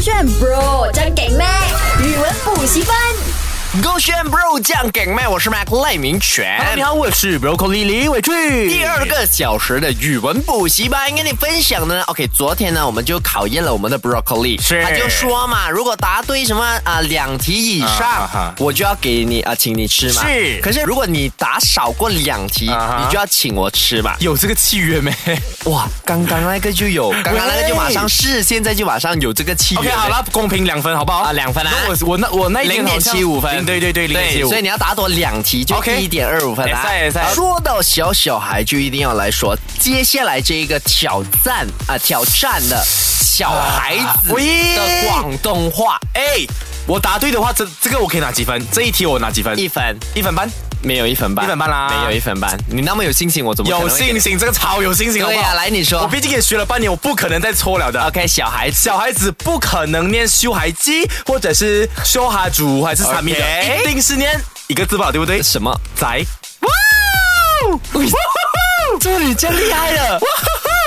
炫 Bro 真给力，语文补习班。勾选 bro 酱梗麦，我是 Mac 赖明全。 Hello，你好，我是 Broccoli 李伟俊。第二个小时的语文补习班跟你分享的呢，OK，昨天呢我们就考验了我们的 Broccoli，是他就说嘛，如果答对什么啊、两题以上，啊哈哈我就要给你啊、请你吃嘛。是可是如果你答少过两题，啊哈你就要请我吃嘛。有这个契约没哇，刚刚那个就有，刚刚那个就马上是，现在就马上有这个契约。 哎？OK，好了，公平两分，好不好？啊两分啊那我我那我那一零天好点像七五分，对对对，零点七对五。所以你要答多两题就 OK 哎一点二五分啦也是也是说到小小孩，就一定要来说接下来这一个挑战啊挑战的小孩子啊喂的广东话哎，我答对的话，这这个我可以拿几分？这一题我拿几分？一分一分半。没有一分半，一分半啦没有一分半。你那么有信心，我怎么可能有会给信你？心，这个超有信心，好对不呀、好？来你说我。毕竟也学了半年，我不可能再错了的。 OK，小孩子小孩子不可能念修海鸡，或者是修哈主，还是啥米的 OK 一定是念一个字吧，对不对？什么？宅。 这你真厉害 了，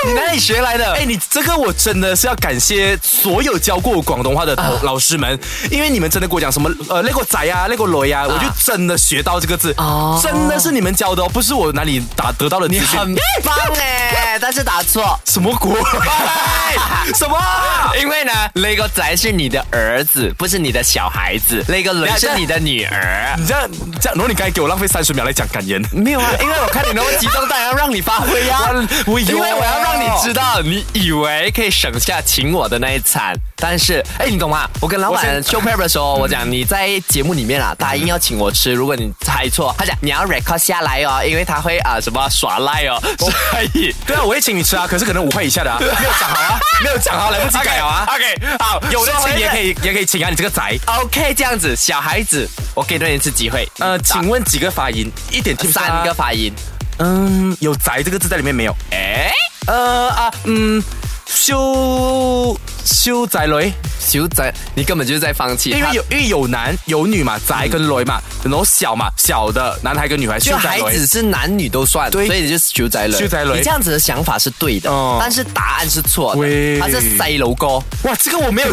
你哪里学来的？哎，你这个我真的是要感谢所有教过我广东话的同老师们，因为你们真的给我讲什么呃那个仔啊，那个雷啊，我就真的学到这个字哦，真的是你们教的哦，不是我哪里打得到的资你讯很。棒哎，但是答错。什么国？哎 什么？ 因为呢，那个仔是你的儿子，不是你的小孩子；那个人是你的女儿。你这样这样，然后你刚才给我浪费三十秒来讲感言。 没有啊，因为我看你那么激动，当然要让你发挥呀、啊。我因 有为我要让你知道，你以为可以省下请我的那一餐，但是，哎，你懂吗？我跟老我板先 show prep 的时候， 我讲你在节目里面啊，答应要请我吃，如果你猜错，他讲你要 record 下来哦，因为他会啊、什么耍赖哦，所以。对啊，我会请你吃啊，可是可能五块以下的 啊，没有讲好 啊，没有讲好，来不及改好啊。 OK，好，有的说回请也来可以，也可以请啊，你这个宅。 OK，这样子，小孩子，我给多一次机会。呃，打请问几个发音？一点 tips 啊三个。发音。嗯，有“宅”这个字在里面没有？哎，呃啊，嗯，修修宅雷，小仔，你根本就是在放弃。因他为有因为有男有女嘛，宅跟雷嘛，然后小嘛，小的男孩跟女孩就修宅孩雷子。是男女都算，所对以你就是小仔了。小仔女你这样子的想法是对的哦，但是答案是错的。喂他是细佬哥，哇，这个我没有，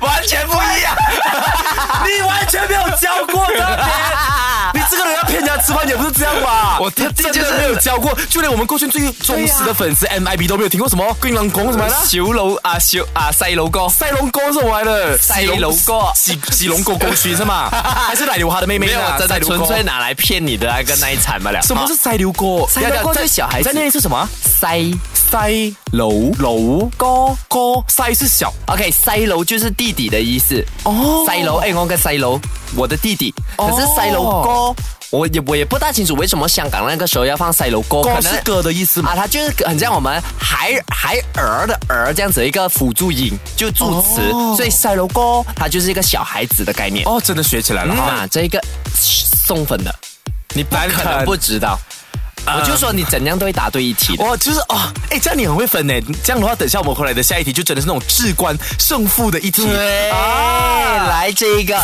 完全不一 样。你完全没有教过的。 你这个人要骗人家吃饭也不是这样吧？我他这真就是啊的没有教过，就连我们过去最忠实的粉丝 MIB 都没有听过什么“槟榔公”什么的。小佬啊，小啊，细佬 哥。赛龙哥是我来的，赛龙哥喜喜龙狗狗区是吗？ 还是奶牛哈的妹妹没有，啊？我真赛的龙哥纯粹拿来骗你的那个那一餐罢了。什么是塞流哥？塞流哥就是小孩子在那里是什么啊？西塞楼楼哥哥塞是小 OK，西楼就是弟弟的意思。哦西楼，哎，我跟西楼，我的弟弟。可是西楼哥，我也我也不大清楚为什么香港那个时候要放西楼哥，哥可是能。哥的意思嘛？啊，它就是很像我们孩孩儿的儿这样子一个辅助音，就助词，哦所以西楼哥它就是一个小孩子的概念。哦，真的学起来了啊！啊，这一个送分的，你不可能不知道。我就说你怎样都会答对一题的。哦，就是哦，哎，这样你很会分呢。这样的话，等一下我们回来的下一题就真的是那种至关胜负的一题。对，啊哎来这一个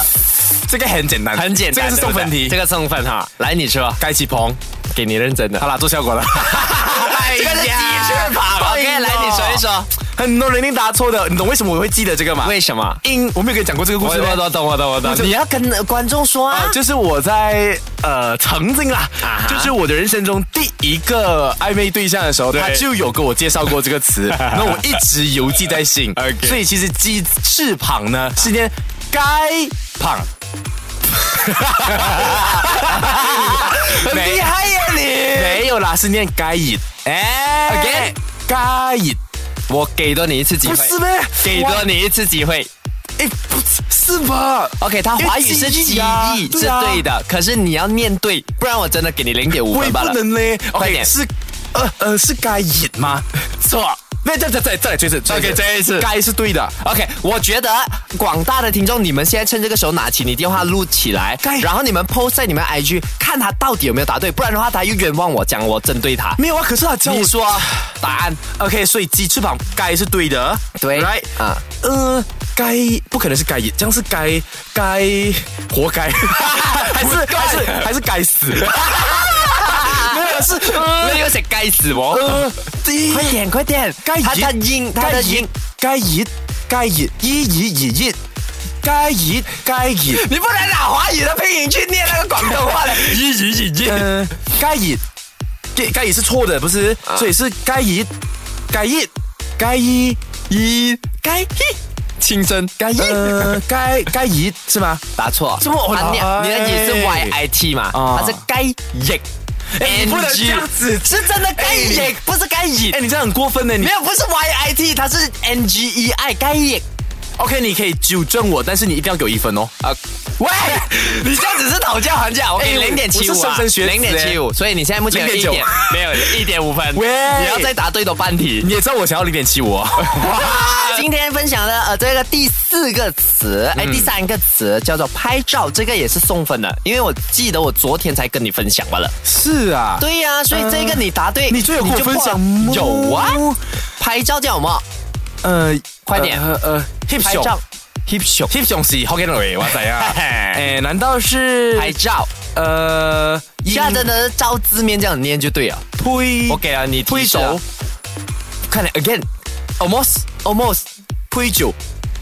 这个很简单，很简单，这个是送分对不对题这。个送分哈。来，你说，该起棚，给你认真的 好。啦，做效果了。哎这个是鸡翅膀呀 OK，哎呦来你说一说，很多人一定答错的，你懂为什么我会记得这个吗？为什么？因我没有跟你讲过这个故事吗？懂，我懂，我我就你要跟观众说啊啊，。就是我在呃曾经啦啊哈就是我的人生中第一个暧昧对象的时候，对他就有给我介绍过这 个词，那我一直犹记在心。 OK 所以其实鸡翅膀呢是念该膀。没害呀你没有啦，是念该隐。哎 OK，该隐我给多你一次机不会，是呗？给哇多你一次机会。哎，不是是吧？ OK，它华语是因为记记忆忆啊是对啊对的，可是你要念对，不然我真的给你零点五我分也罢不了。能嘞。快点 OK，是呃呃是该隐吗？错。那再再再再来追一次追 OK，追一次该是对的。 OK，我觉得啊广大的听众，你们现在趁这个时候拿起你电话录起来该，然后你们 post 在你们 IG，看他到底有没有答对，不然的话他又冤枉我，讲我针对他。没有啊，可是他教我你说答案 OK，所以鸡翅膀该是对的，对，right 啊啊，呃，该不可能是该隐，这样是该该活该，还是还是还是该死，没有是那又是该死我。呃，第一快点快点，该他赢他赢他该的隐赢，该隐该热一热热热，该热该热，你不能拿华语的拼音去念那个广东话 的，一一一一，嗯，该热，该该热是错的，不是，所以是该热，该热，该热，一该一，清真该一， 呃，该该热是吗？答错，这么我啊你老你的也是 Y I T 嘛，啊它是该一，哎你不能 NG 这样子是真的该一哎你，不是该一哎，，你这样很过分呢，你没有不是 Y I T，它是 N G E I 该一。 OK，你可以纠正我，但是你一定要给我一分哦。啊，喂， 你这样子是讨价还价，我给哎零点七我五啊是莘莘学子零点七五，所以你现在目前有一哎0.9点没有一点五分，喂你要再答对都半题。 你也知道我想要零点七五，哦 啊今天分享的呃这个第四个词，哎、第三个词叫做拍照，这个也是送分的，因为我记得我昨天才跟你分享完了。是啊，对呀、所以这啊个你答对，你最有跟我就分享获吗有啊，拍照叫什么？呃，快点呃呃，hip 拍熊照，hip shot， ，hip 熊是 Hokkien 人，我怎样？ 哎，难道是拍照，呃，英下真的是照字面这样念就对了。推我给了你推提示啊手？看来 again almost ，almost 推酒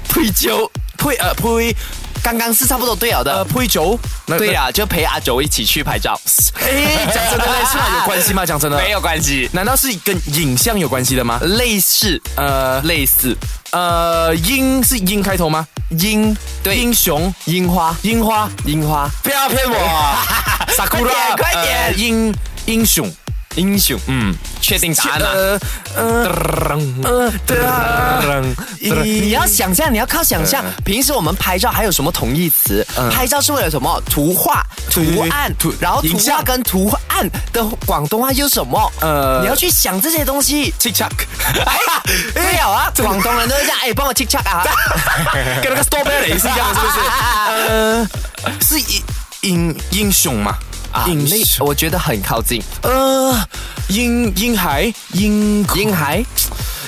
退休。推呃推刚刚是差不多对了呃的。推酒，那对。啊呀、就陪阿九一起去拍照，那哎，讲真的，那是吗有关系吗？讲真的，没。有关系，难道是跟影像有关系的吗？类似呃类似，呃，鹰是鹰开头吗？樱对英雄樱花樱花，樱花不要骗啊 我 s a k 快点快点英英雄，呃英雄，嗯，确定答案了。呃呃呃，对啊，你一要想象，你要靠想嗯象。平时我们拍照还有什么同义词？拍照是为了什么？图画、对对图对案图，然后图影画像跟图案的广东话又是什么？呃你要去想这些东 西。 tic tac，哎，对了啊，广东人都会这样，哎，帮我 check check 啊。 跟那个 strawberry 是一样的，是 不是？呃，是英英英雄嘛？啊，英那雄，我觉得很靠近。呃，英英孩，英婴孩，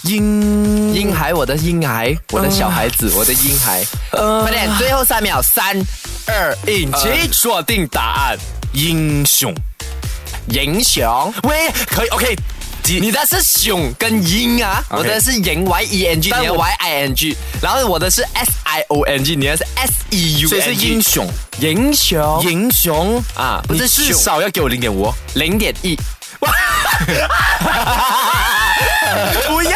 英婴孩，我的婴孩，我的小孩子，我的婴孩。嗯呃快点，最后三秒，三二一，请锁定答案。英雄，英雄，喂，可以 OK，几你的是熊跟鹰啊 OK 我的是赢 y e n g，但你的我 y i n g，然后我的是 s i o n g，你的是 s e u 所以是 n g。英雄，英雄英雄啊，不你是至少要给我零点五。零点哦一，不要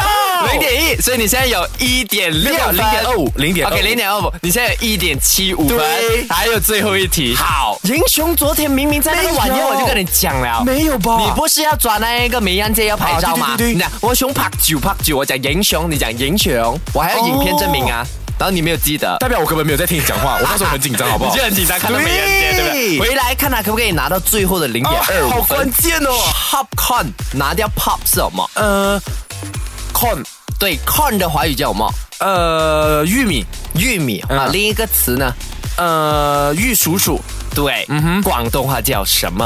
零点一，所以你现在有一点六， 0.25 0.25 OK，零点二五，你现在有一点七五分对，还有最后一题。好，英雄昨天明明在那个晚宴，没有我就跟你讲了，没有吧你不是要抓那一个梅艳姐要拍照吗？哦啊对对对对你讲我熊拍九拍九，我讲英雄，你讲英雄，我还要影片证明啊。然后你没有记得，代表我根本没有在听你讲哦话，我那时候很紧张，好不你 好就？很紧张看到梅艳姐，对不对？对回来看他可不可以拿到最后的零点二好五关分。键哦。 Popcorn 拿掉 pop 是什么？呃，con，对，corn 的华语叫什么？呃，玉米，玉米啊，嗯另一个词呢？呃，玉鼠鼠，对，广东话叫什么？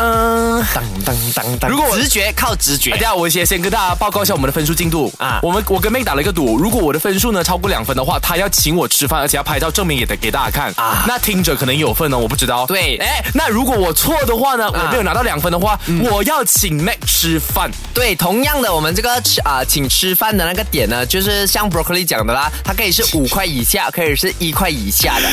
嗯、当当当当。如果我直觉靠直觉大，家，我先先跟大家报告一下我们的分数进度啊啊。我们我跟妹打了一个赌，如果我的分数呢超过两分的话，她要请我吃饭，而且要拍照证明也得给大家看啊啊。那听者可能有份呢，哦我不知道。对哎，那如果我错的话呢，我没有拿到两分的话，我要请 Mac 吃饭。对，同样的，我们这个吃啊、请吃饭的那个点呢，就是像 broccoli 讲的啦，它可以是五块以下，可以是一块以下的。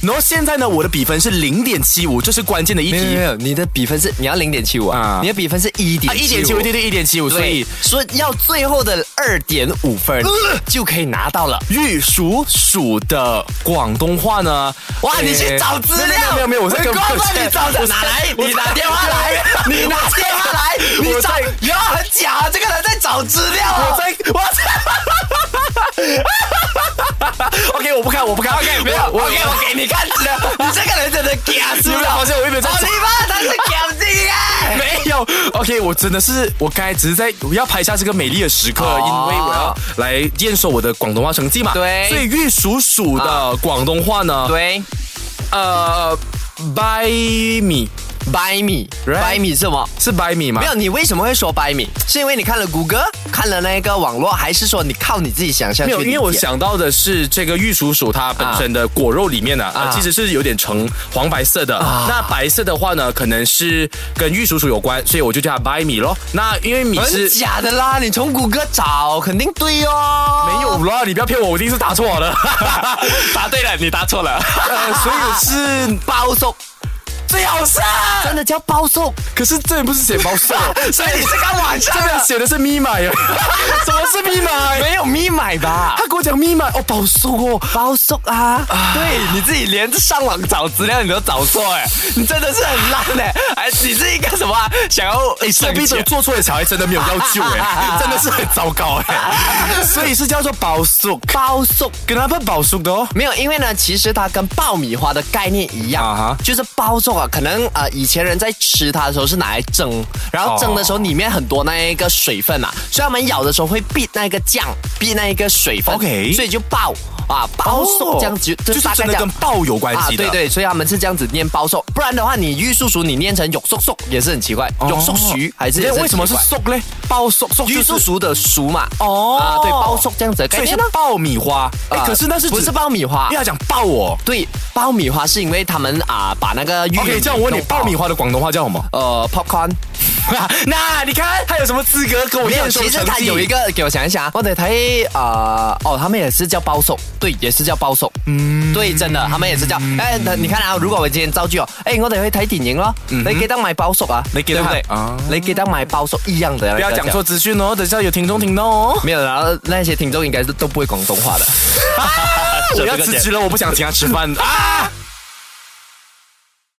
然后现在呢，我的比分是零点七五，这是关键的一没有没题。有，你的比分是你要零点七五啊啊，你的比分是一点一点七五，对对，一点七五，所以对，所以要最后的二点五分、就可以拿到了。玉鼠鼠的广东话呢？哇，呃你去找资料？没有没有没有，我在我跟告诉你找的，拿来，你拿电话来，你拿电话来，你我找在，哟，很假啊，这个人在找资料啊。我在我在。OK，我不 看，我不看。OK，没有，OK，我给你看资料，你这个人真的假，是你不们是？好像我一边在哦，你妈，他是假的啊！没有，OK，我真的是，我刚才只是在我要拍下这个美丽的时刻，哦因为我要来验收我的广东话成绩嘛。对所以玉鼠鼠啊的广东话呢，对呃，by me ，Buy me，Buy Right me 是什么？是 by me 吗没？有，你为什么会说 Buy me？是因为你看了谷歌，看了那个网络，还是说你靠你自己想象没去有，理解？因为我想到的是这个玉蜀黍它本身的果肉里面呢、啊啊其实是有点橙黄白色的、那白色的话呢，可能是跟玉蜀黍有关，所以我就叫它白米咯。那因为米很是假的啦，你从谷歌找肯定对哦。 没有么？你不要骗我，我一定是答错的。答对了，你答错了，呃，所以是包送，最好是。真的叫包送，啊可是这里不是写包送，哦所以你是开玩笑这边写的是 密码呀。什么是密码？没有密码吧？他跟我讲密码哦，保送哦。包送啊！对，你自己连上网找资料你都找错哎，你真的是很烂哎！哎，你是一个什么啊想要这省逼种钱？做错的小孩真的没有要 救哎，真的是很糟糕哎。所以是叫做保送，包送跟他们保送的哦。没有，因为呢，其实它跟爆米花的概念一样啊哈就是包粽啊，可能呃以前人在吃它的时候是拿来蒸，然后蒸的时候里面很多那一个水分啊，所以他们咬的时候会避那个酱，避那一个水分 OK 所以就爆啊包哦粽这样子就就是大概真这的样跟。爆有关啊，系的。哎对对，所以他们是这样子念包粽，不然的话，你玉叔叔你念成永叔叔也是很奇怪，永叔叔还是也很那哦哎为什么是奇怪送嘞？包送送玉叔叔的叔嘛？哦啊，对，包粽这样子的概所以念是呢？爆米花。哎啊，可是那是不指是爆米花因为？他讲爆哦。对，爆米花是因为他们啊、把那个芋圆 OK，这样我问你，弄爆爆米花的广东话叫什么？ 呃 popcorn 那你看他有什么资格跟我没有，验收其实成它绩？有一个给我想一想啊，我得睇啊、呃哦，他们也是叫包手，对，也是叫包手，嗯，对，真的，他们也是叫，嗯哎、那你看啊，如果我今天造句哦，哎，我哋去睇电影咯，你记得买包手啊，嗯你记得对不对？啊你记得买包手一样的，不要讲错。资讯哦，等一下有听众听到哦。没有，然后那 些听众应该是都不会广东话的。 我要辞职了，我不想请他吃饭啊！